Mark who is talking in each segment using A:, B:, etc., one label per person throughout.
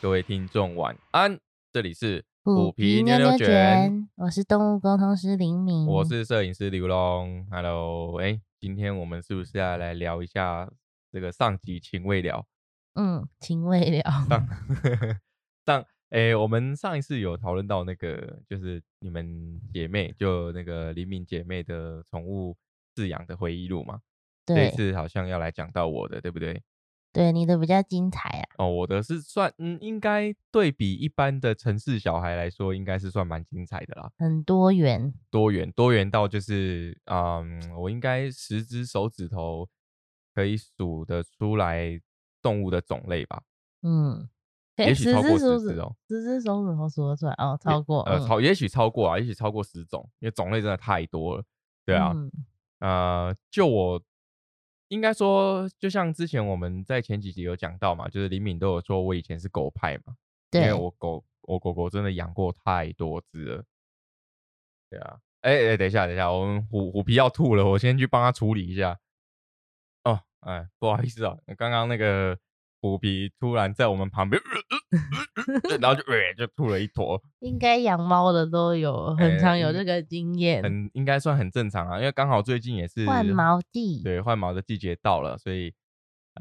A: 各位听众晚安。这里是
B: 虎皮
A: 牛
B: 牛
A: 牛
B: 牛
A: 卷，
B: 卷，我是动物沟通师林明，
A: 我是摄影师刘龙。Hello，哎、今天我们是不是要来聊一下这个上集情未了？
B: 嗯，情未了，
A: 上上哎、我们上一次有讨论到那个，就是你们姐妹，就那个黎明姐妹的宠物饲养的回忆录嘛。这一
B: 对
A: 次好像要来讲到我的，对不对？
B: 对，你的比较精彩啊，
A: 哦，我的是算，嗯，应该对比一般的城市小孩来说，应该是算蛮精彩的啦。
B: 很多元，
A: 多元，多元到就是，嗯，我应该十只手指头可以数得出来动物的种类吧？
B: 嗯，可以
A: 也许
B: 十
A: 超过
B: 只手
A: 十
B: 指
A: 只哦，
B: 十只手指头数得出来哦，超过，
A: 呃，
B: 嗯
A: 超，也许超过啊，也许超过十种，因为种类真的太多了。对啊，
B: 嗯
A: 呃，就我应该说，就像之前我们在前几集有讲到嘛，就是李敏都有说我以前是狗派嘛，因为
B: 对，
A: 我狗我狗狗真的养过太多只了。对啊，哎、哎、等一下等一下，我们虎虎皮要吐了，我先去帮它处理一下。哦，哎，不好意思啊，刚刚那个虎皮突然在我们旁边，然后就、呃、就吐了一坨，
B: 应该养猫的都有，很常有
A: 应
B: 这个经验，
A: 呃很应该算很正常啊，因为刚好最近也是
B: 换毛季，嗯
A: 对，换毛的季节到了，所以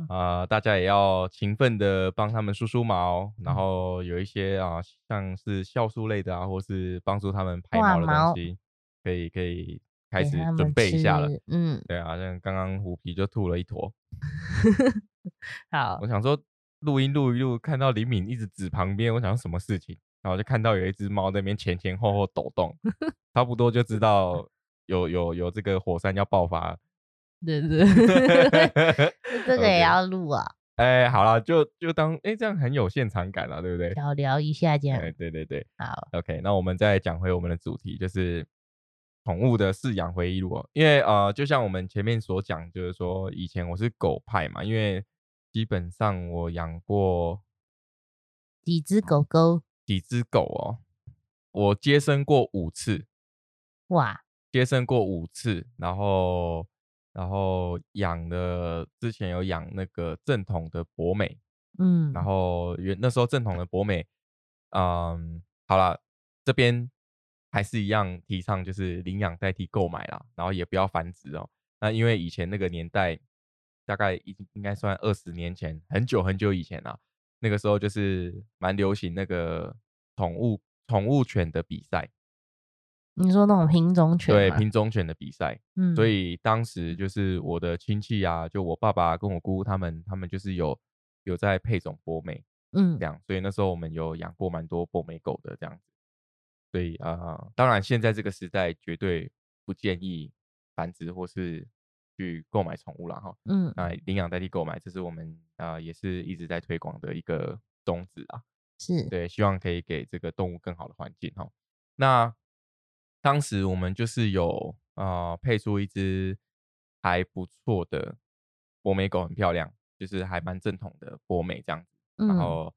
A: 啊、呃大家也要勤奋的帮他们梳梳毛，
B: 嗯
A: 然后有一些啊、像是酵素类的啊，或是帮助他们排
B: 化
A: 毛的
B: 毛
A: 东西，可以可以开
B: 给
A: 始
B: 它
A: 准
B: 们
A: 备一下了。
B: 吃，嗯，
A: 对啊，像刚刚虎皮就吐了一坨，
B: 好
A: 我，想说录音录一录，看到李敏一直指旁边，我想说什么事情，然后就看到有一只猫在那边前前后后抖动，差不多就知道有有有这个火山要爆发了。
B: 对对，对 这个
A: OK
B: 也要录啊，
A: 哎，好啦，就就当哎，这样很有现场感啦，对不对？
B: 小聊一下这样，
A: 哎，对对对
B: 好，
A: ，OK，那我们再讲回我们的主题，就是宠物的饲养回忆录、哦。因为呃，就像我们前面所讲，就是说以前我是狗派嘛，因为基本上我养过
B: 几只狗狗，
A: 几只狗哦，我接生过五次，
B: 哇，
A: 接生过五次，然后然后养的之前有养那个正统的博美，
B: 嗯，
A: 然后原那时候正统的博美，嗯，好了，这边还是一样提倡就是领养代替购买啦，然后也不要繁殖哦。那因为以前那个年代，大概应应该算二十年前，很久很久以前啦，那个时候就是蛮流行那个宠物宠物犬的比赛，
B: 你说那种品种犬
A: 对
B: 吗，
A: 品种犬的比赛。
B: 嗯，
A: 所以当时就是我的亲戚啊，就我爸爸跟我姑姑他们，他们就是有有在配种博美。
B: 嗯
A: 这，样，所以那时候我们有养过蛮多博美狗的这样子。所以啊、呃当然现在这个时代绝对不建议繁殖或是去购买宠物了哈。
B: 嗯，
A: 那领养代替购买，这是我们啊、呃也是一直在推广的一个宗旨啊。
B: 是，
A: 对，希望可以给这个动物更好的环境哈。那当时我们就是有呃配出一只还不错的博美狗，很漂亮，就是还蛮正统的博美这样子。然
B: 嗯，
A: 后，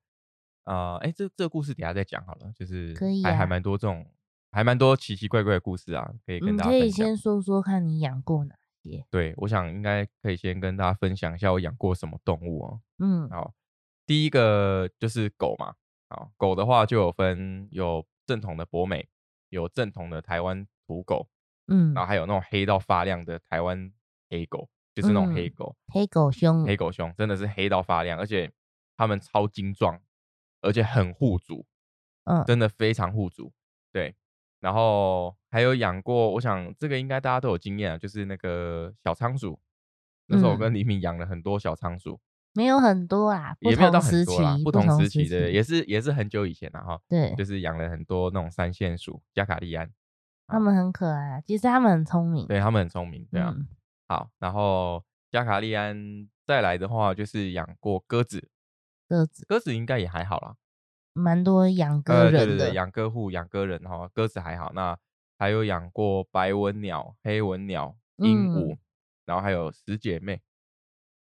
A: 呃，哎，这这个故事等一下再讲好了，就是
B: 可以
A: 还还
B: 啊
A: 蛮多这种，还蛮多奇奇怪怪的故事啊，可以跟
B: 你
A: 大家
B: 嗯可以
A: 分享。
B: 先说说看你养过哪些，
A: 对，我想应该可以先跟大家分享一下我养过什么动物哦。
B: 嗯
A: 好，第一个就是狗嘛，好，狗的话就有分有正统的博美，有正统的台湾土狗，
B: 嗯
A: 然，后还有那种黑到发亮的台湾黑狗，就是那种黑
B: 嗯
A: 狗。
B: 黑狗兄，
A: 黑狗熊真的是黑到发亮，而且它们超精壮，而且很护主，
B: 嗯
A: 真的非常护主。对，然后还有养过，我想这个应该大家都有经验啊，就是那个小仓鼠。那时候我跟李敏养了很多小仓鼠，
B: 没有很多啊，嗯不
A: 也没有到
B: 同
A: 很
B: 时期
A: 多啦，，
B: 不
A: 同
B: 同
A: 时
B: 期
A: 期的，也是也是很久以前了、哈，
B: 对
A: 就，是养了很多那种三线鼠、加卡利安，
B: 他们很可爱啊，其实他们很聪明，
A: 对他们很聪明，对啊。
B: 嗯，
A: 好，然后加卡利安再来的话，就是养过鸽子，
B: 鸽子
A: 鸽子应该也还好啦，
B: 蛮多养鸽
A: 呃，对对
B: 人
A: 对，
B: 的，
A: 养鸽户、养鸽人哈，鸽子还好。那还有养过白文鸟、黑文鸟、鹦
B: 嗯
A: 鹉，然后还有十姐妹，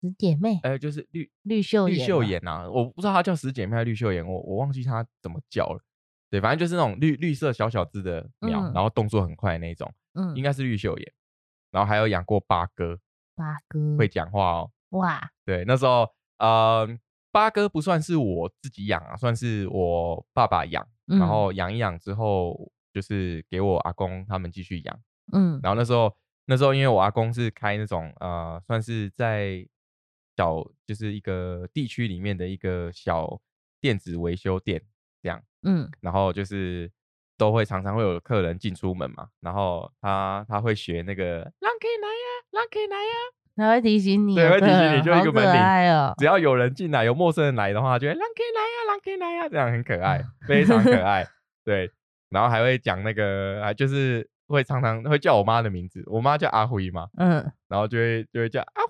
B: 十姐妹，
A: 呃，就是绿
B: 绿袖
A: 绿
B: 眼
A: 袖
B: 嘛，
A: 眼啊，我不知道它叫十姐妹还是绿袖眼，我我忘记它怎么叫了。对，反正就是那种绿绿色小小只的鸟，
B: 嗯
A: 然后动作很快的那种，
B: 嗯
A: 应，该是绿袖眼。然后还有养过八哥，
B: 八哥
A: 会讲话哦。
B: 哇，
A: 对，那时候呃，八哥不算是我自己养啊，算是我爸爸养，
B: 嗯
A: 然后养一养之后，就是给我阿公他们继续养。
B: 嗯
A: 然后那时候那时候因为我阿公是开那种呃，算是在小就是一个地区里面的一个小电子维修店这样，
B: 嗯
A: 然后就是都会常常会有客人进出门嘛，然后他他会学那个“狼可以来呀，狼可以来呀
B: 他会提醒你哦，
A: 对会提醒你就一
B: 好
A: 个门
B: 可
A: 铃
B: 爱”，哦，
A: 只要有人进来，有陌生人来的话，就会“狼可以来呀，狼可以来啊呀”，这样很可 爱，非常可爱。对，然后还会讲那个啊，就是会常常会叫我妈的名字，我妈叫阿辉嘛，
B: 嗯，
A: 然后就会就会叫阿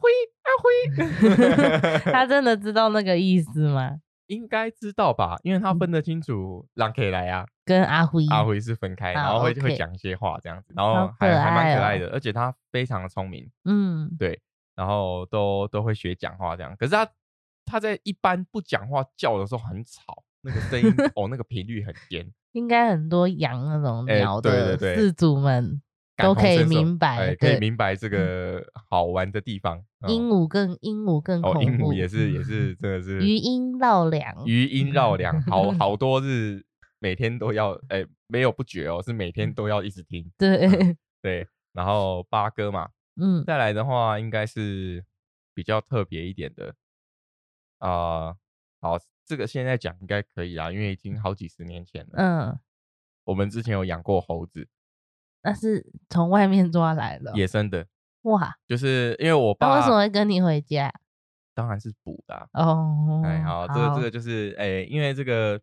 A: 辉阿辉，
B: 他真的知道那个意思吗？
A: 应该知道吧？因为他分得清楚狼可以来呀、
B: 跟阿辉，
A: 阿辉是分开，然
B: 啊
A: 后会、
B: ，OK
A: 会讲一些话这样子，然
B: 好
A: 后还、
B: 可
A: 还蛮
B: 爱
A: 可
B: 哦
A: 爱的，而且他非常的聪明，
B: 嗯
A: 然后都都会学讲话这样。可是他他在一般不讲话叫的时候很吵，那个声 音哦，那个频率很尖，
B: 应该很多养那种
A: 哎
B: 鸟
A: 对
B: 的
A: 对对
B: 饲主们
A: 感
B: 都
A: 同
B: 可以
A: 身受
B: 明白
A: 哎可以
B: 对嗯
A: 明白这个好玩的地方。嗯
B: 鹦鹉更鹦鹉更恐
A: 哦，
B: 怖，
A: 鹦鹉也是也
B: 嗯
A: 是真的是
B: 余音绕梁，
A: 余音绕梁，好 好多日每天都要，哎、没有不绝哦，是每
B: 嗯
A: 天都要一直听。
B: 对，
A: 对，然后八哥嘛，
B: 嗯
A: 再来的话应该是比较特别一点的，啊、好，这个现在讲应该可以啦，因为已经好几十年前了。
B: 嗯，
A: 我们之前有养过猴子，
B: 那是从外面抓来的哦，
A: 野生的，
B: 哇，
A: 就是因为我
B: 那
A: 爸
B: 为什么会跟你回家？
A: 当然是捕的啊、
B: 哦，
A: 哎，好，这个这个就是，哎，因为这个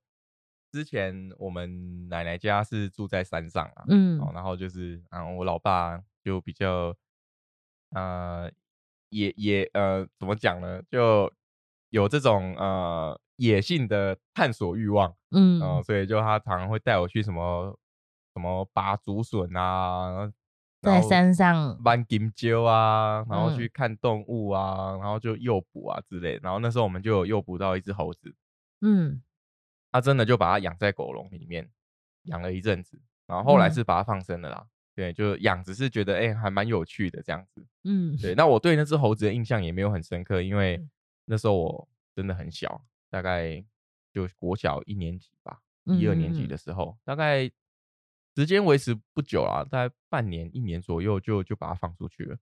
A: 之前我们奶奶家是住在山上啊，
B: 嗯
A: 哦，然后就是，嗯，我老爸就比较，呃，也也呃，怎么讲呢？就有这种呃野性的探索欲望，
B: 嗯
A: 嗯、所以就他常常会带我去什么什么拔竹笋啊，
B: 在山上，
A: 搬金鸠啊，然后
B: 嗯
A: 去看动物啊，然后就诱捕啊之类的。然后那时候我们就有诱捕到一只猴子，
B: 嗯
A: 他真的就把它养在狗笼里面养了一阵子，然后后来
B: 嗯
A: 是把它放生了啦。对，就养只是觉得哎、还蛮有趣的这样子。
B: 嗯，
A: 对，那我对那只猴子的印象也没有很深刻，因为那时候我真的很小，大概就国小一年级吧，一二年级
B: 嗯
A: 的时候，大概时间维持不久啊，大概半年一年左右就就把它放出去了。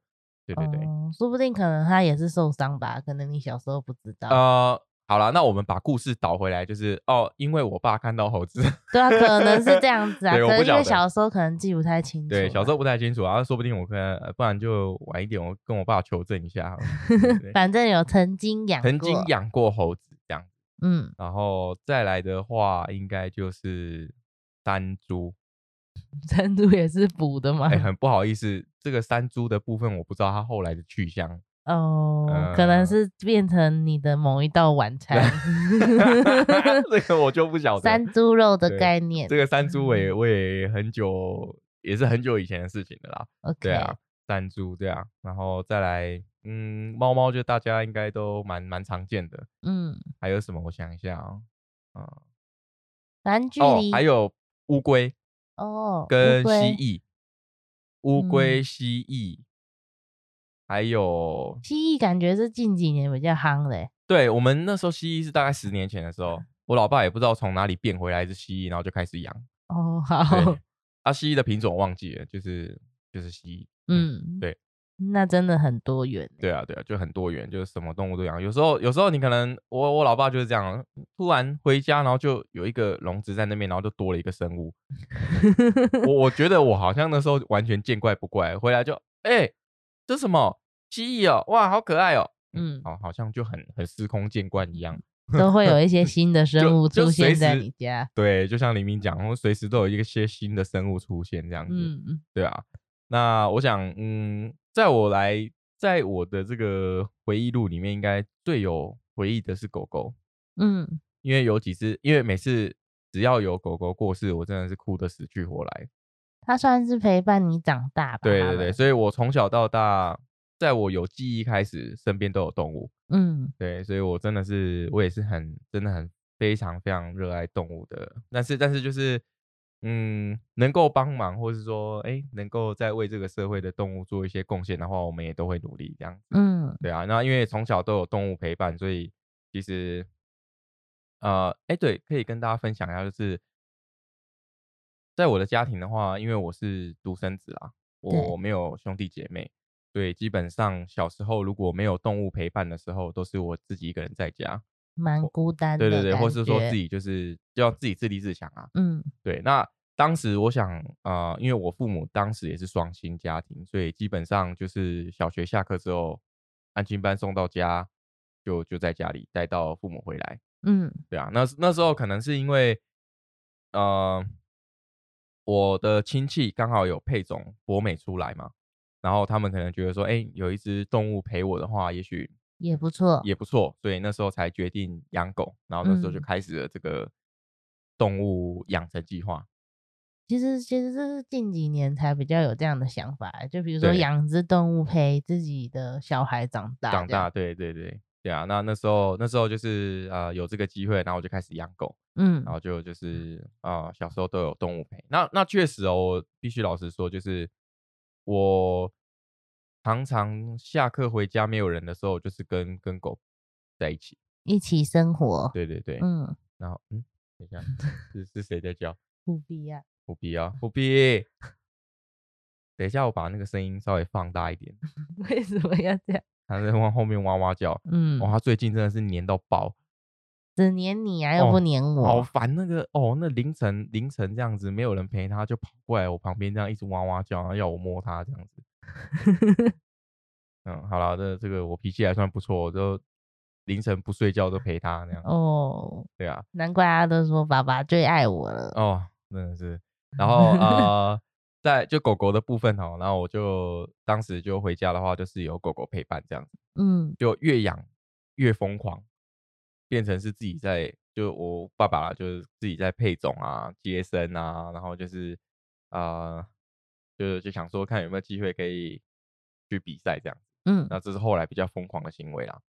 A: 对对对，
B: 哦说不定可能他也是受伤吧，可能你小时候不知道，
A: 呃，好了，那我们把故事倒回来，就是哦，因为我爸看到猴子，
B: 对啊，可能是这样子啊，
A: 对我
B: 可
A: 不
B: 能因
A: 晓得
B: 为小时候可能记不太清楚啊，
A: 对，小时候不太清楚啊，说不定我可能，呃不然就晚一点，我跟我爸求证一下好了，对对
B: 反正有曾经养过，
A: 曾经，养过猴子这样，
B: 嗯，
A: 然后再来的话，应该就是山猪，
B: 珍珠也是补的嘛
A: 哎、，很不好意思，这个山猪的部分我不知道它后来的去向，
B: 哦，可
A: 呃
B: 能是变成你的某一道晚餐，
A: 这个我就不 晓得。
B: 山猪肉的
A: 对
B: 概念
A: 这个山猪我也我也很久，也是很久以前的事情的啦。
B: ，OK，
A: 对啊，弹珠对啊，然后再来，嗯，猫猫就大家应该都蛮蛮常见的。
B: 嗯，
A: 还有什么？我想一下哦，嗯，
B: 反距
A: 哦
B: 离，
A: 还有乌龟
B: 哦，乌
A: 跟蜥
B: 龟，
A: 蜴，乌龟、
B: 嗯
A: 蜥蜴，还有，
B: 蜥蜴感觉是近几年比较夯的欸，
A: 对我们那时候蜥蜴是大概十年前的时候，我老爸也不知道从哪里变回来一只蜥蜴，然后就开始养。
B: 哦，
A: 对
B: 好，，
A: 啊，蜥蜴的品种我忘记了，就是就是蜥蜴。
B: 嗯，
A: 对，
B: 那真的很多元欸，
A: 对啊，对啊，就很多元，就是什么动物都养。有时候，有时候你可能我我老爸就是这样，突然回家，然后就有一个笼子在那边，然后就多了一个生物。我我觉得我好像那时候完全见怪不怪，回来就哎、这什么蜥蜴哦，哇，好可爱哦，嗯
B: 嗯，
A: 好，好像就很很司空见惯一样。
B: 都会 有一些新的生物
A: 就
B: 出
A: 随
B: 现在
A: 时
B: 你家，
A: 对，就像黎明讲，我随时都有一些新的生物出现这样子。
B: 嗯
A: 对啊，那我想，嗯，在我来，在我的这个回忆录里面，应该最有回忆的是狗狗，
B: 嗯，
A: 因为有几次，因为每次只要有狗狗过世，我真的是哭得死去活来。
B: 它算是陪伴你长大吧，
A: 对
B: 它
A: 对对，
B: 们，
A: 所以我从小到大，在我有记忆开始，身边都有动物。
B: 嗯
A: 对，所以我真的是，我也是很，真的很非常非常热爱动物的。但是，但是就是，嗯，能够帮忙，或是说，哎，能够在为这个社会的动物做一些贡献的话，我们也都会努力这样子。
B: 嗯，
A: 对啊，那因为从小都有动物陪伴，所以其实呃，哎，对，可以跟大家分享一下，就是在我的家庭的话，因为我是独生子啦，
B: 对
A: 我没有兄弟姐妹，所以基本上小时候如果没有动物陪伴的时候，都是我自己一个人在家。
B: 蛮孤单
A: 对
B: 的
A: 对对，或
B: 感
A: 是说
B: 觉
A: 自己就是就要自己自立自强啊。
B: 嗯
A: 对，那当时我想，呃，因为我父母当时也是双薪家庭，所以基本上就是小学下课之后，安亲班送到家，就就在家里待到父母回来。
B: 嗯
A: 对啊，那那时候可能是因为，呃，我的亲戚刚好有配种博美出来嘛，然后他们可能觉得说，哎，有一只动物陪我的话，也许
B: 也不错，
A: 也不错，所以那时候才决定养狗，然后那时候就
B: 啊嗯
A: 开始了这个动物养成计划。
B: 其实其实这是近几年才比较有这样的想法，就比如说
A: 对
B: 养只动物陪自己的小孩长大，
A: 长大，，对对对对啊，那那时候那时候就是呃有这个机会，然后我就开始养狗，
B: 嗯
A: 然后就就是呃小时候都有动物陪。那那确实哦，我必须老实说，就是我常常下课回家没有人的时候，我就是跟跟狗在一起。
B: 一起生活，
A: 对对对，
B: 嗯，
A: 然后嗯，等一 下是是谁在叫？
B: 不必要，
A: 不必啊，不必。等一下，我把那个声音稍微放大一点，
B: 为什么要这样？
A: 它在往后面哇哇叫。
B: 嗯，
A: 哇，它最近真的是黏到爆，
B: 只黏你啊，又
A: 哦
B: 不黏
A: 好
B: 我，
A: 烦那个哦，那凌晨凌晨这样子，没有人陪它，就跑过来我旁边这样一直哇哇叫，然后要我摸它这样子。嗯，好了，这这个我脾气还算不错，我就凌晨不睡觉都陪它那样。
B: 哦，
A: 对啊，
B: 难怪大家都说爸爸最爱我了，
A: 哦，真的是。然后呃，在就狗狗的部分哦，然后我就当时就回家的话，就是有狗狗陪伴这样子，
B: 嗯
A: 就越养越疯狂，变成是自己在就我爸爸啦，就是自己在配种啊、接生啊，然后就是呃，就就想说看有没有机会可以去比赛这样。
B: 嗯，
A: 那这是后来比较疯狂的行为啦。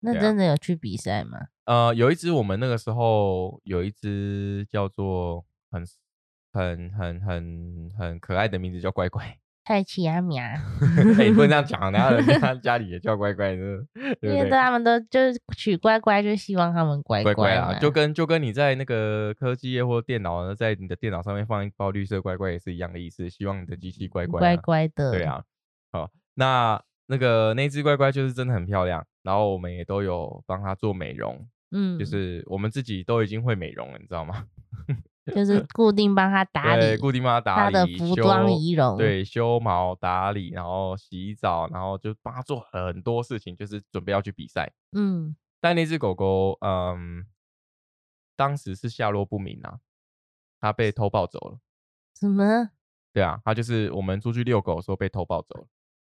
B: 那
A: 对啊
B: 真的有去比赛吗？
A: 呃，有一只我们那个时候有一只叫做很 s- 很很很很可爱的名字叫乖乖，
B: 太奇阿米啊，
A: 哎、不能这样讲啊，然后人家家里也叫乖乖，真的
B: 因
A: 对
B: 为
A: 不对？
B: 都他们都就是取乖乖，就希望他们乖
A: 乖乖
B: 嘛
A: 啊，就跟就跟你在那个科技业或电脑，在你的电脑上面放一包绿色乖乖也是一样的意思，希望你的机器乖乖、
B: 乖乖的，
A: 对，啊，好，那那个那只乖乖就是真的很漂亮，然后我们也都有帮它做美容，
B: 嗯，
A: 就是我们自己都已经会美容了，你知道吗？
B: 就是固定帮他打
A: 对
B: 理，
A: 固定帮他打
B: 他
A: 理
B: 的服装
A: 修
B: 仪容，，
A: 对，修毛、打理，然后洗澡，然后就帮他做很多事情，就是准备要去比赛。
B: 嗯，
A: 但那只狗狗，嗯，当时是下落不明啊，它被偷抱走了。
B: 什么
A: 对啊，它就是我们出去遛狗的时候被偷抱走了。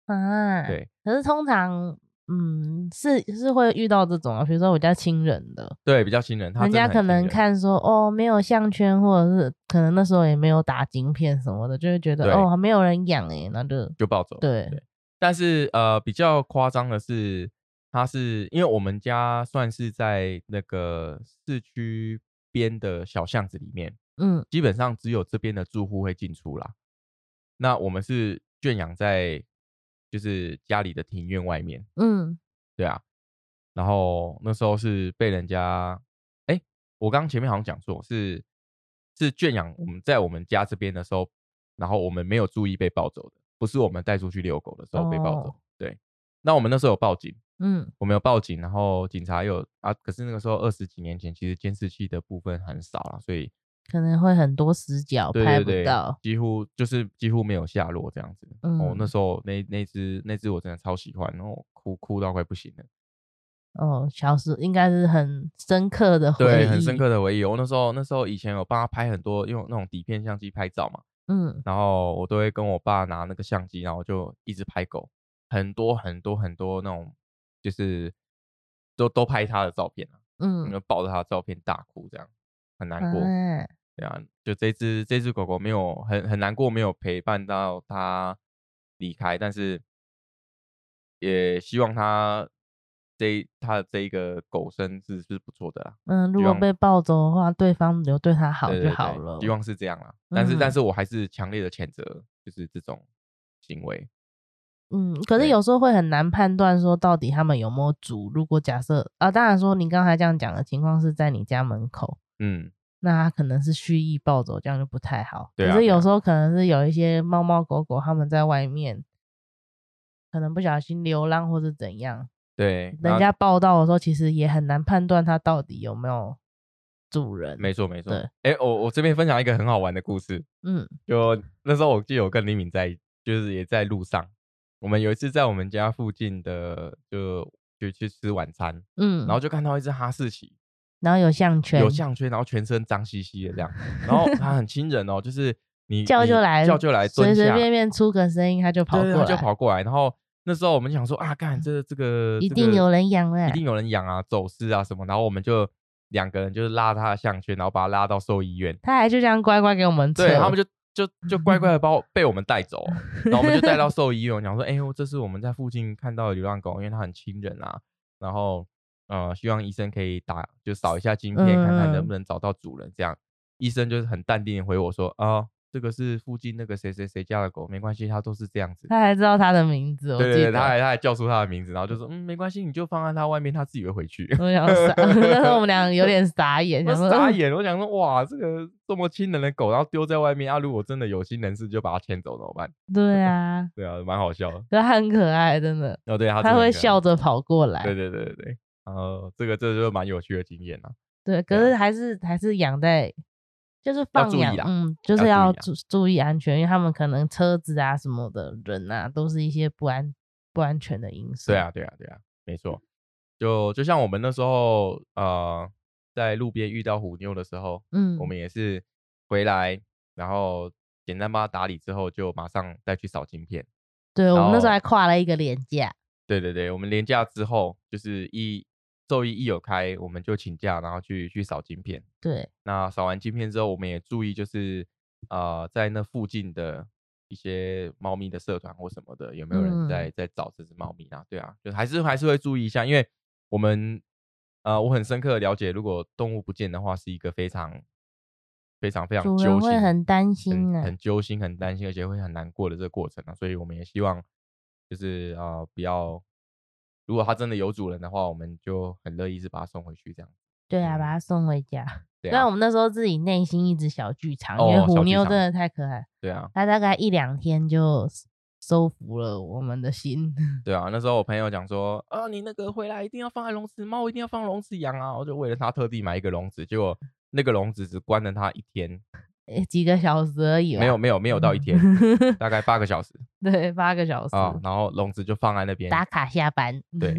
B: 啊？，
A: 对
B: 可是通常，嗯，是是会遇到这种啊，比如说我家亲人的，
A: 对，比较新人，它
B: 人
A: 真的很
B: 家可
A: 亲
B: 能
A: 人
B: 看说哦没有项圈，或者是可能那时候也没有打晶片什么的，就会觉得
A: 对
B: 哦没有人养哎、那就
A: 就抱走了。
B: 对
A: 但是呃，比较夸张的是，它是因为我们家算是在那个市区边的小巷子里面，
B: 嗯
A: 基本上只有这边的住户会进出啦。那我们是圈养在就是家里的庭院外面，
B: 嗯
A: 对啊。然后那时候是被人家，哎，我刚刚前面好像讲错，是是圈养我们在我们家这边的时候，然后我们没有注意被抱走的，不是我们带出去遛狗的时候被抱走。
B: 哦
A: 对，那我们那时候有报警，
B: 嗯
A: 我们有报警，然后警察有啊，可是那个时候二十几年前，其实监视器的部分很少了，所以
B: 可能会很多死角
A: 对
B: 哦拍
A: 对
B: 不
A: 对
B: 到，，
A: 几乎就是几乎没有下落这样子。哦，那
B: 嗯
A: 时候那那只那只我真的超喜欢，然后我哭哭到快不行了，
B: 哦小时候应该是很深刻的回忆，
A: 对，很深，刻的回忆哦。我那时候那时候以前有帮他拍很多用那种底片相机拍照嘛，
B: 嗯
A: 然后我都会跟我爸拿那个相机，然后就一直拍狗，很多很多很多那种就是都都拍他的照片啊，
B: 嗯
A: 然后抱着他的照片大哭这样，很难过。
B: 啊
A: 对啊，就这只这只狗狗没有很很难过，没有陪伴到它离开，但是也希望它这一它的这一个狗生是是不错的啦，
B: 嗯，如
A: 希
B: 果
A: 望
B: 被抱走的话，对方有对他好
A: 对
B: 就
A: 对
B: 好
A: 对
B: 了。
A: 希望是这样啦。但是但
B: 嗯
A: 是我还是强烈的谴责，就是这种行为。
B: 嗯，可是
A: 对
B: 有时候会很难判断说到底他们有没有煮。如果假设啊，当然说你刚才这样讲的情况是在你家门口，
A: 嗯，
B: 那他可能是蓄意暴走，这样就不太好。
A: 对啊
B: 可是
A: 对啊
B: 有时候可能是有一些猫猫狗狗他们在外面，可能不小心流浪或是怎样，
A: 对，那
B: 人家报道的时候其实也很难判断它到底有没有主人。
A: 没错没错
B: 对。
A: 哎、我我这边分享一个很好玩的故事，
B: 嗯
A: 就那时候我记得我跟李敏在，就是也在路上，我们有一次在我们家附近的就就去吃晚餐，
B: 嗯，
A: 然后就看到一只哈士奇，
B: 然后有项圈，
A: 有项圈，然后全身脏兮兮的这 样，然后它很亲人哦，就是你
B: 叫
A: 你
B: 就来，
A: 叫就来，
B: 随
A: 蹲
B: 随
A: 下，
B: 便便出个声音它就跑过
A: 对对
B: 来，
A: 它就跑过来，然后那时候我们想说啊，干这这个
B: 一
A: 这
B: 定
A: 个
B: 有人养了
A: 一定有人养啊，走私啊什么，然后我们就两个人就是拉他的项圈，然后把他拉到兽医院，
B: 他还就这样乖乖给我们扯，
A: 对他们就就就乖乖的把我 被我们带 走，然后我们就带到兽医院，我讲说，哎、呦，这是我们在附近看到的流浪狗，因为它很亲人啊，然后呃，希望医生可以打就扫一下晶片，看看
B: 嗯
A: 能不能找到主人。这样，医生就是很淡定的回我说，啊、这个是附近那个谁谁谁家的狗，没关系，它都是这样子。
B: 他还知道他的名 字，我
A: 对
B: 记
A: 对对，
B: 得。
A: 他还他还叫出他的名字，然后就说，嗯，没关系，你就放在它外面，它自己会回去。
B: 我想傻，那时候我们俩有点傻眼，
A: 我
B: 想说
A: 傻
B: 嗯
A: 眼，我想说，哇，这个这么亲人的狗，然后丢在外面啊！如果真的有心人士就把它牵走怎么办？
B: 对啊，
A: 对啊，蛮好笑的。
B: 可是他很可爱，真的，
A: 哦，对，他
B: 他会笑
A: 的。
B: 着跑过来。
A: 对对对对对，呃，这个这就是蛮有趣的经验啊。
B: 对可
A: 对啊
B: 是还是还是养在，就是放
A: 注意
B: 养
A: 啦，
B: 嗯，就是
A: 要
B: 要
A: 注啊
B: 注注意安全，因为他们可能车子啊什么的人啊，都是一些不安不安全的因素。
A: 对，啊，对啊，对啊，没错。就就像我们那时候呃，在路边遇到虎妞的时候，
B: 嗯，
A: 我们也是回来，然后简单帮它打理之后，就马上再去扫晶片。
B: 对我
A: 然
B: 们那时
A: 后
B: 候还跨了一个年假，
A: 对对对，我们连假之后就是一周一一有开，我们就请假，然后去去扫晶片。
B: 对，
A: 那扫完晶片之后，我们也注意就是呃，在那附近的一些猫咪的社团或什么的，有没有
B: 嗯
A: 人在、在找这只猫咪啊？对啊，就还是还是会注意一下，因为我们呃，我很深刻的了解，如果动物不见的话，是一个非常非常非常
B: 主人
A: 揪心，
B: 会很担心
A: 很
B: 啊。
A: 很揪心、很担心，而且会很难过的这个过程啊。所以我们也希望就是呃，不要。如果它真的有主人的话，我们就很乐意是把它送回去这样。
B: 对啊，把
A: 嗯
B: 它送回家。
A: 对
B: 但
A: 啊
B: 我，们那时候自己内心一直小剧场，因
A: 哦
B: 为
A: 小
B: 虎
A: 剧
B: 妞
A: 场
B: 真的太可爱了，
A: 对啊，
B: 它大概一两天就收服了我们的心。
A: 对啊，那时候我朋友讲说，啊，你那个回来一定要放在笼子，猫一定要放笼子养啊，我就为了它特地买一个笼子，结果那个笼子只关了它一天，
B: 诶几个小时而已吧，嗯
A: 没有没有没有到一天，大概八个小时
B: 对，八个小时、
A: 啊，然后笼子就放在那边，
B: 打卡下班。
A: 对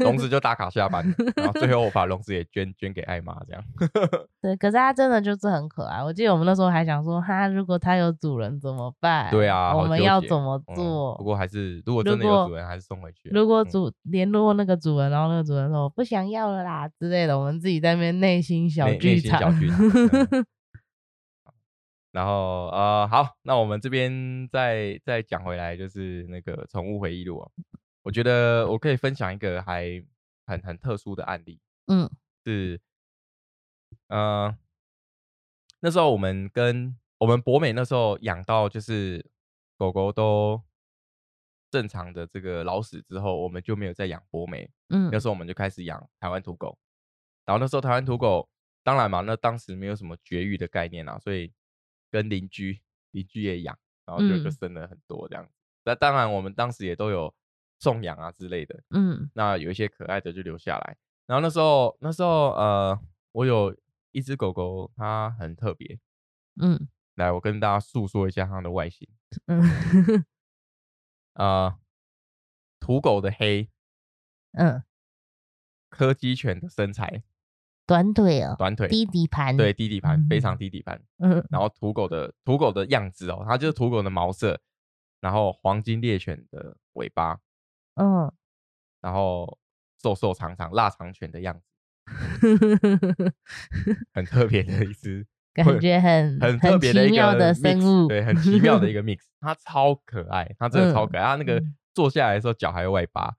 A: 笼子就打卡下班，然后最后我把笼子也捐捐给艾妈，这样
B: 对，可是它真的就是很可爱。我记得我们那时候还想说，哈，如果它有主人怎么办？
A: 对啊，
B: 我
A: 好
B: 们
A: 纠
B: 要
A: 结
B: 怎么
A: 嗯
B: 做？
A: 不过还是如果
B: 如
A: 真的有主
B: 果
A: 人，还是送回去啊。
B: 如果
A: 嗯
B: 主联络那个主人，然后那个主人说我不想要了啦之类的，我们自己在那边内心小
A: 内内
B: 剧
A: 心
B: 场。
A: 小剧场 嗯然后呃，好，那我们这边再再讲回来，就是那个宠物回忆录哦。我觉得我可以分享一个还很很特殊的案例，
B: 嗯
A: 是呃，那时候我们跟我们博美那时候养到就是狗狗都正常的这个老死之后，我们就没有再养博美，
B: 嗯
A: 那时候我们就开始养台湾土狗，然后那时候台湾土
B: 嗯
A: 狗，当然嘛，那当时没有什么绝育的概念啊，所以跟邻居邻居也养，然后就就
B: 嗯
A: 生了很多这样子。那、当然我们当时也都有送养啊之类的，
B: 嗯
A: 那有一些可爱的就留下来。然后那时候那时候呃，我有一只狗狗，它很特别，
B: 嗯
A: 来我跟大家诉说一下它的外形，
B: 嗯
A: 呃，土狗的黑，
B: 嗯，
A: 柯基犬的身材，
B: 短腿哦，
A: 短腿。
B: 低底盘。
A: 对，，低底盘非
B: 嗯
A: 常低底盘，
B: 嗯
A: 然后土狗的土狗的样子哦，它就是土狗的毛色，然后黄金猎犬的尾巴，
B: 嗯，
A: 然后瘦瘦长长腊肠犬的样子，很特别的一只，
B: 感觉嗯很
A: 很特别的
B: 奇
A: 一
B: 妙
A: 个
B: 的
A: mix，
B: 生物，
A: 对，很奇妙 的一
B: 个。
A: 个 mix，它超可爱，它真的超
B: 嗯
A: 可爱，它那个
B: 嗯
A: 坐下来的时候脚还有外八，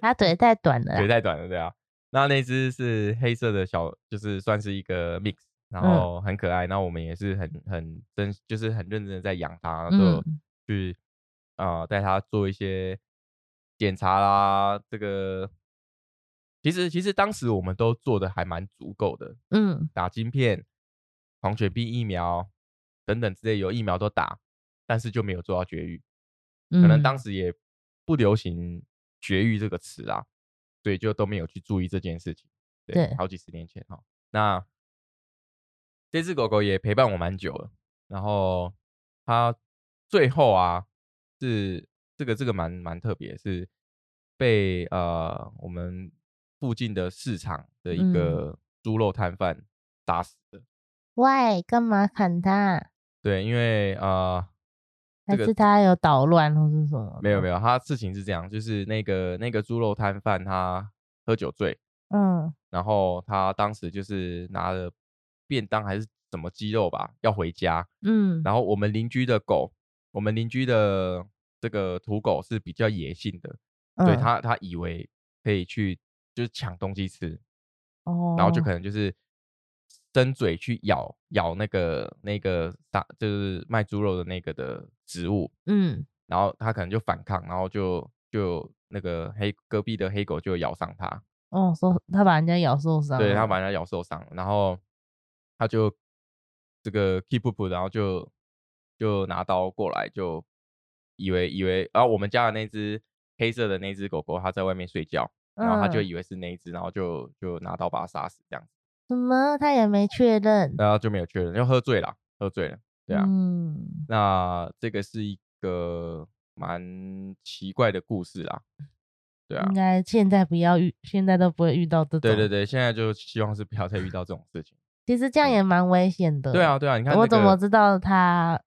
B: 它腿太短了
A: 腿
B: 啦，
A: 太短了，对啊。那那只是黑色的小，就是算是一个 mix，然
B: 嗯
A: 后很可爱。那我们也是很很真，就是很认真的在养它，然后都有
B: 嗯
A: 去啊，带它做一些检查啦。这个其实其实当时我们都做的还蛮足够的，
B: 嗯
A: 打晶片、狂犬病疫苗等等之类，有疫苗都打，但是就没有做到绝育。
B: 嗯，
A: 可能当时也不流行“绝育”这个词啦，所以就都没有去注意这件事情。对，
B: 对
A: 好几十年前哈。那这只狗狗也陪伴我蛮久了，然后它最后啊是这个这个蛮蛮特别，是被呃我们附近的市场的一
B: 嗯
A: 个猪肉摊贩打死的。
B: 喂，干嘛砍它？
A: 对，因为呃
B: 还
A: 这个
B: 是它有捣乱或是什么？
A: 没有没
B: 有，
A: 有，他事情是这样，就是那个那个猪肉摊贩他喝酒醉，
B: 嗯
A: 然后他当时就是拿了便当还是什么鸡肉吧，要回家。
B: 嗯，
A: 然后我们邻居的狗，我们邻居的这个土狗是比较野性的，所以
B: 嗯，
A: 他他以为可以去就是抢东西吃，
B: 哦，
A: 然后就可能就是伸嘴去咬咬那个那个打就是卖猪肉的那个的植物，
B: 嗯
A: 然后他可能就反抗，然后就就那个黑隔壁的黑狗就咬伤他，
B: 哦，受它把人家咬受伤了，
A: 对他把人家咬受伤了，然后他就这个 keep up，然后就就拿刀过来，就以为以为，然后我们家的那只黑色的那只狗狗，它在外面睡觉，然后他就
B: 嗯
A: 以为是那一只，然后就就拿刀把它杀死这样子，
B: 什么？他也没确认，
A: 然后就没有确认，就喝醉了，喝醉了，啊对啊，
B: 嗯，
A: 那这个是一个蛮奇怪的故事啦，对啊
B: 应，该现在不要遇，现在都不会遇到这种。
A: 对对，对，现在就希望是不要再遇到这种事情。
B: 其实这样
A: 对
B: 也蛮危险的。
A: 对啊，，对啊，你看、那
B: 我怎么
A: 个
B: 知道他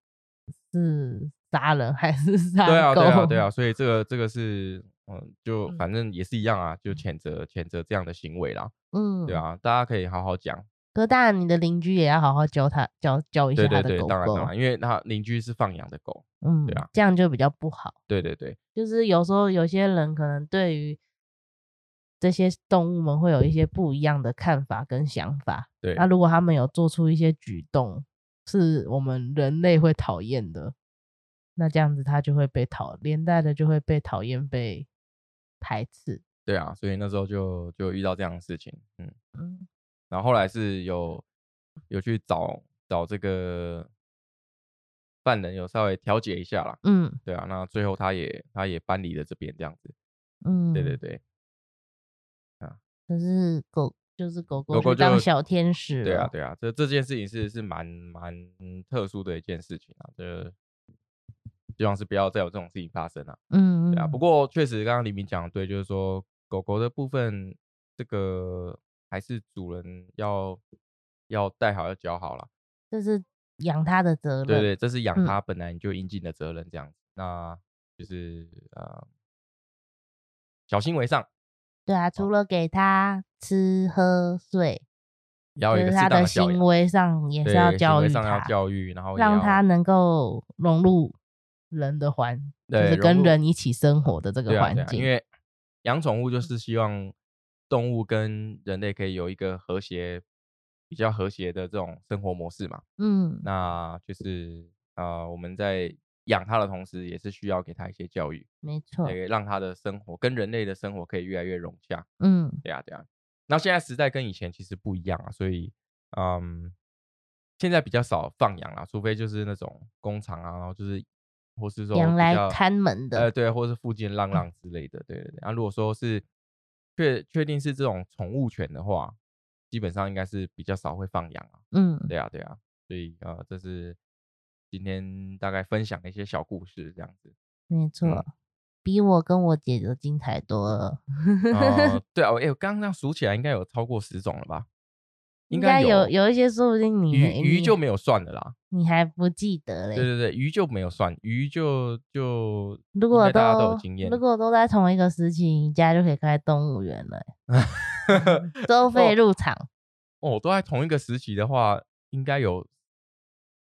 B: 是杀人还是 杀狗？
A: 对啊，对啊，对啊，，所以这个这个是，嗯，就
B: 嗯
A: 反正也是一样啊，就谴责谴责这样的行为啦，
B: 嗯，
A: 对。啊，大家可以好好讲，
B: 可当然，你的邻居也要好好教他，教教一下
A: 对
B: 他
A: 对
B: 的
A: 对
B: 狗，
A: 当然
B: 狗
A: 当。然，因为他邻居是放养的狗，
B: 嗯，
A: 对啊，
B: 这样就比较不好。
A: 对对对，
B: 就是有时候有些人可能对于这些动物们会有一些不一样的看法跟想法。
A: 对
B: 那如果他们有做出一些举动，是我们人类会讨厌的，那这样子他就会被讨，连带的就会被讨厌、被排斥。
A: 对啊，所以那时候就就遇到这样的事情，嗯，
B: 嗯
A: 然后后来是有有去找找这个犯人，有稍微调解一下啦，
B: 嗯
A: 对啊，那最后他也他也搬离了这边这样子，
B: 嗯，
A: 对对。对，
B: 可是狗就是狗狗
A: 狗
B: 去
A: 狗
B: 当
A: 就
B: 小天使
A: 对啊，
B: 了
A: 对啊，这这件事情是是蛮蛮特殊的一件事情啊，这希望是不要再有这种事情发生啊。
B: 嗯
A: 对啊，不
B: 嗯
A: 过确实刚刚李明讲的对，就是说狗狗的部分，这个还是主人要要带好要教好了。
B: 这是养它的责任。
A: 对对，这是养
B: 嗯
A: 它本来你就应尽的责任，这样子。那就是呃，小心为上，
B: 对
A: 哦
B: 啊，除了给它吃喝睡，
A: 也要有一
B: 就
A: 个
B: 是
A: 适
B: 他
A: 当
B: 的
A: 教
B: 行
A: 养，
B: 为上也
A: 对，
B: 是要
A: 行
B: 教
A: 为
B: 育
A: 上要
B: 他，
A: 教育，然后也
B: 让
A: 要
B: 他能够融入人的环，就
A: 对
B: 是
A: 融
B: 跟
A: 入
B: 人一起生活的这
A: 对啊，对
B: 个环
A: 啊，因
B: 境。嗯
A: 为养宠物就是希望动物跟人类可以有一个和谐、比较和谐的这种生活模式嘛。
B: 嗯，
A: 那就是呃，我们在养它的同时，也是需要给它一些教育，
B: 没错。
A: 对，让它的生活跟人类的生活可以越来越融洽。
B: 嗯
A: 对啊，对啊。那现在时代跟以前其实不一样啊，所以嗯，现在比较少放养啦，除非就是那种工厂啊，然后就是或是说
B: 养
A: 比
B: 来
A: 较
B: 看门的嗯
A: 呃，对，或是附近浪浪之类的，对对对。啊，如果说是确确定是这种宠物犬的话，基本上应该是比较少会放养啊，
B: 嗯，
A: 对啊，对啊。所以呃，这是今天大概分享的一些小故事这样子。嗯
B: 没错，比我跟我姐的精彩多了。
A: 呃对啊，哎、我刚刚这样数起来应该有超过十种了吧？
B: 应
A: 该
B: 有一些说不定你没
A: 鱼鱼
B: 你
A: 就没有算的啦，
B: 你还不记得
A: 对
B: 嘞。
A: 对对，鱼就没有算，鱼就就
B: 如
A: 应
B: 果
A: 该大家都有
B: 都
A: 经验
B: 如，果都在同一个时期，你家就可以开动物 园了欸，收费入场。
A: 哦，都在同一个时期的话，应该有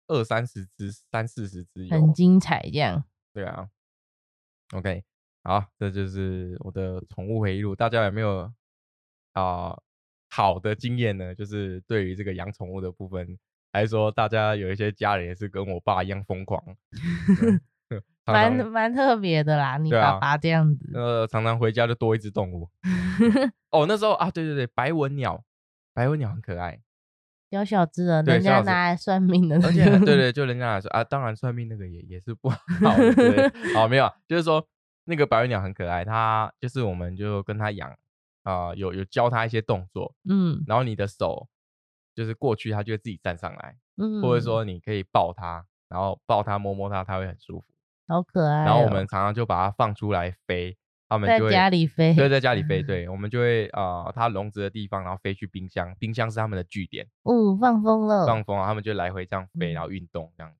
A: 二三十只、三四十只有
B: 很
A: 哦。
B: 精彩，这样
A: 对啊，OK，好，这就是我的宠物回忆录。大家有没有啊、好的经验呢？就是对于这个养宠物的部 分，还是说大家有一些家人也是跟我爸一样疯狂，对嗯常
B: 蛮
A: 常
B: 蛮特别的啦。你
A: 对
B: 爸
A: 啊
B: 爸这样子，
A: 呃常常回家就多一只动 物。哦，那时候啊，对对对，白文鸟，白文鸟很可爱，
B: 小小只的，
A: 对
B: 人
A: 小
B: 家
A: 小只
B: 拿来算命的，
A: 而且对对，就人家来说啊，当然算命那个也也是不 好的， 对好没有啊，就是说那个白文鸟很可爱，它就是我们就跟它养啊、有有教它一些动作，
B: 嗯
A: 然后你的手就是过去，它就会自己站上来，
B: 嗯，
A: 或者说你可以抱它，然后抱它摸摸它，它会很舒服。
B: 好可爱哦。
A: 然后我们常常就把它放出来飞，它们
B: 在
A: 就会
B: 家里飞，
A: 对，在家里飞，对我们就会啊，它笼子的地方，然后飞去冰箱，冰箱是它们的据点。
B: 哦，放风了，
A: 放风啊，他们就来回这样飞，然
B: 嗯
A: 后运动这样。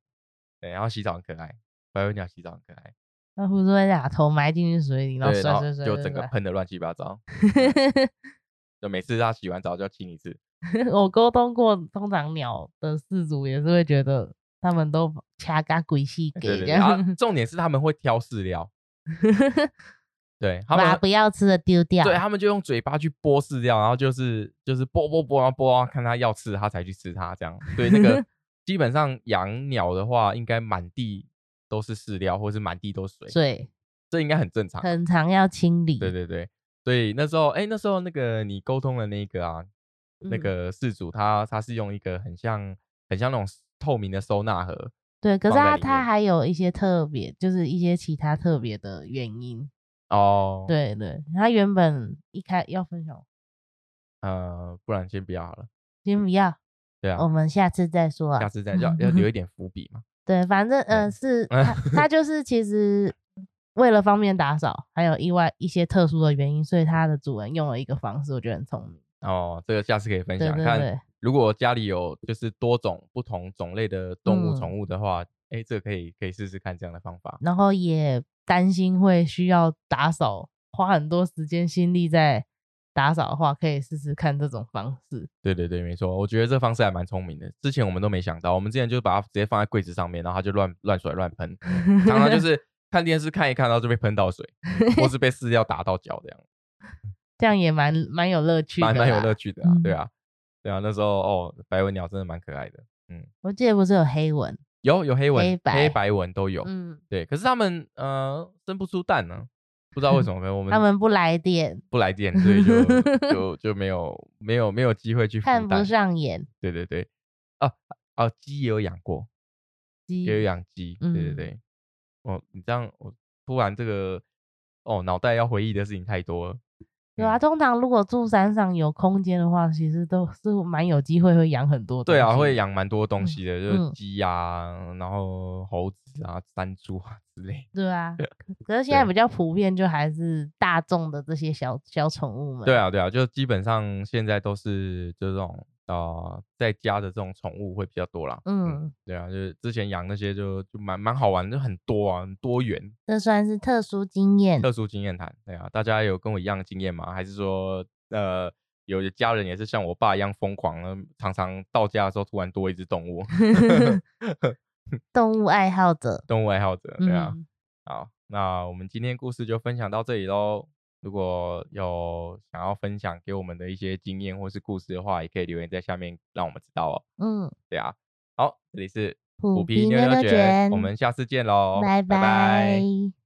A: 对，然后洗澡很可爱，白尾鸟洗澡很可爱，
B: 那胡子会把头埋进去水里，然后啊
A: 对，
B: 甩
A: 然后
B: 甩甩，
A: 就
B: 甩
A: 整个喷的乱七八糟，
B: 甩
A: 就每次它洗完澡就要亲一次。
B: 我沟通过，通常鸟的饲主也是会觉得他们都掐嘎鬼戏
A: 对
B: 给
A: 对
B: 这
A: 对， 啊
B: 样，，
A: 重点是他们会挑饲料，对他
B: 把
A: 们
B: 不。要吃的丢掉。
A: 对他们就用嘴巴去剥饲料，然后就是就是剥剥剥啊剥啊，看它要吃它才去吃它这样。对，那 个基本上养鸟的话，应该满地都是饲料，或是满地都是水，
B: 水
A: 这应该很正常。
B: 很常要清理。
A: 对对对，所以那时候，哎、那时候那个你沟通的那个啊，那
B: 嗯
A: 个事主他他是用一个很像很像那种透明的收纳盒，
B: 对，可是
A: 放在
B: 它
A: 里
B: 它
A: 面
B: 还有一些特别，就是一些其他特别的原因。
A: 哦，，
B: 对对，它原本一开要分享，
A: 呃，不然先不要好了，
B: 先不要，
A: 对啊，
B: 我们下次再说啊。
A: 下 次再要要留一点伏笔嘛，
B: 对，反正
A: 嗯
B: 呃 是它它就是其实为了方便打扫，还有意外一些特殊的原因，所以它的主人用了一个方式，我觉得很聪明。
A: 哦，这个下次可以分
B: 对
A: 享
B: 对
A: 看，
B: 对，
A: 如果家里有就是多种不同种类的动物
B: 嗯
A: 宠物的话，哎、这个可以可以试试看这样的方法，
B: 然后也担心会需要打扫，花很多时间心力在打扫的话，可以试试看这种方式。
A: 对对对，没错，我觉得这方式还蛮聪明的，之前我们都没想到，我们之前就把它直接放在柜子上面，然后它就乱乱甩乱喷。常常 就是看电视看一看，然后就被喷到水，或是被饲料打到脚， 这样
B: 这样也蛮蛮有乐趣的，
A: 蛮蛮有乐。趣的啊，对
B: 嗯
A: 啊，对啊，那时候哦，白文鸟真的蛮可爱的，
B: 我记得不是有黑纹，
A: 有有黑纹、
B: 黑白
A: 纹都有，
B: 嗯，
A: 对，可是他们呃生不出蛋呢、不知道为什么，可能我们
B: 他们不来电，
A: 不来电，所以就 就就没有没有没有机会去孵
B: 看不
A: 蛋，
B: 上眼，
A: 对对对，啊啊鸡也有养过，
B: 鸡
A: 也有养鸡，对对
B: 嗯
A: 对，哦你这样我突然这个哦脑袋要回忆的事情太多了。
B: 对啊，
A: 嗯
B: 通常如果住山上有空间的话，其实都是蛮有机会会养很多东
A: 对
B: 西。
A: 啊，会。养蛮多
B: 嗯
A: 东西的，就是
B: 嗯
A: 鸡啊，然后猴子啊、山猪啊之类。
B: 对 啊，可可是现在
A: 对
B: 比较普遍，就还是大众的这些小小宠物们。
A: 对，啊，对啊，就基本上现在都是这种呃在家的这种宠物会比较多啦。嗯，
B: 嗯，
A: 对啊，就是之前养那些就就蛮蛮好玩，就很多啊，很多元，
B: 这算是特殊经验。
A: 特殊经验谈。对啊，大家有跟我一样的经验吗？还是说呃？有的家人也是像我爸一样疯狂，呃常常到家的时候突然多一只动物，
B: 动物爱好者，
A: 动物爱好者，对啊，
B: 嗯，
A: 好，那我们今天故事就分享到这里喽。如果有想要分享给我们的一些经验或是故事的话，也可以留言在下面让我们知道哦。
B: 嗯，
A: 对啊，好，这里是
B: 虎
A: 虎皮
B: 妞
A: 妞
B: 卷，
A: 卷，我们下次见喽，
B: 拜
A: 拜拜
B: 拜